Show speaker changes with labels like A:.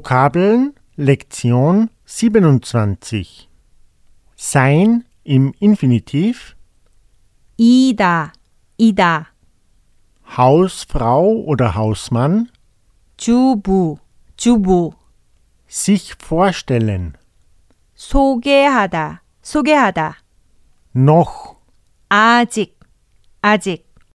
A: Vokabeln Lektion 27 Sein im Infinitiv,
B: 이다, 이다,
A: Hausfrau oder Hausmann,
B: 주부, 주부,
A: sich vorstellen,
B: 소개하다, 소개하다,
A: noch
B: 아직, 아직,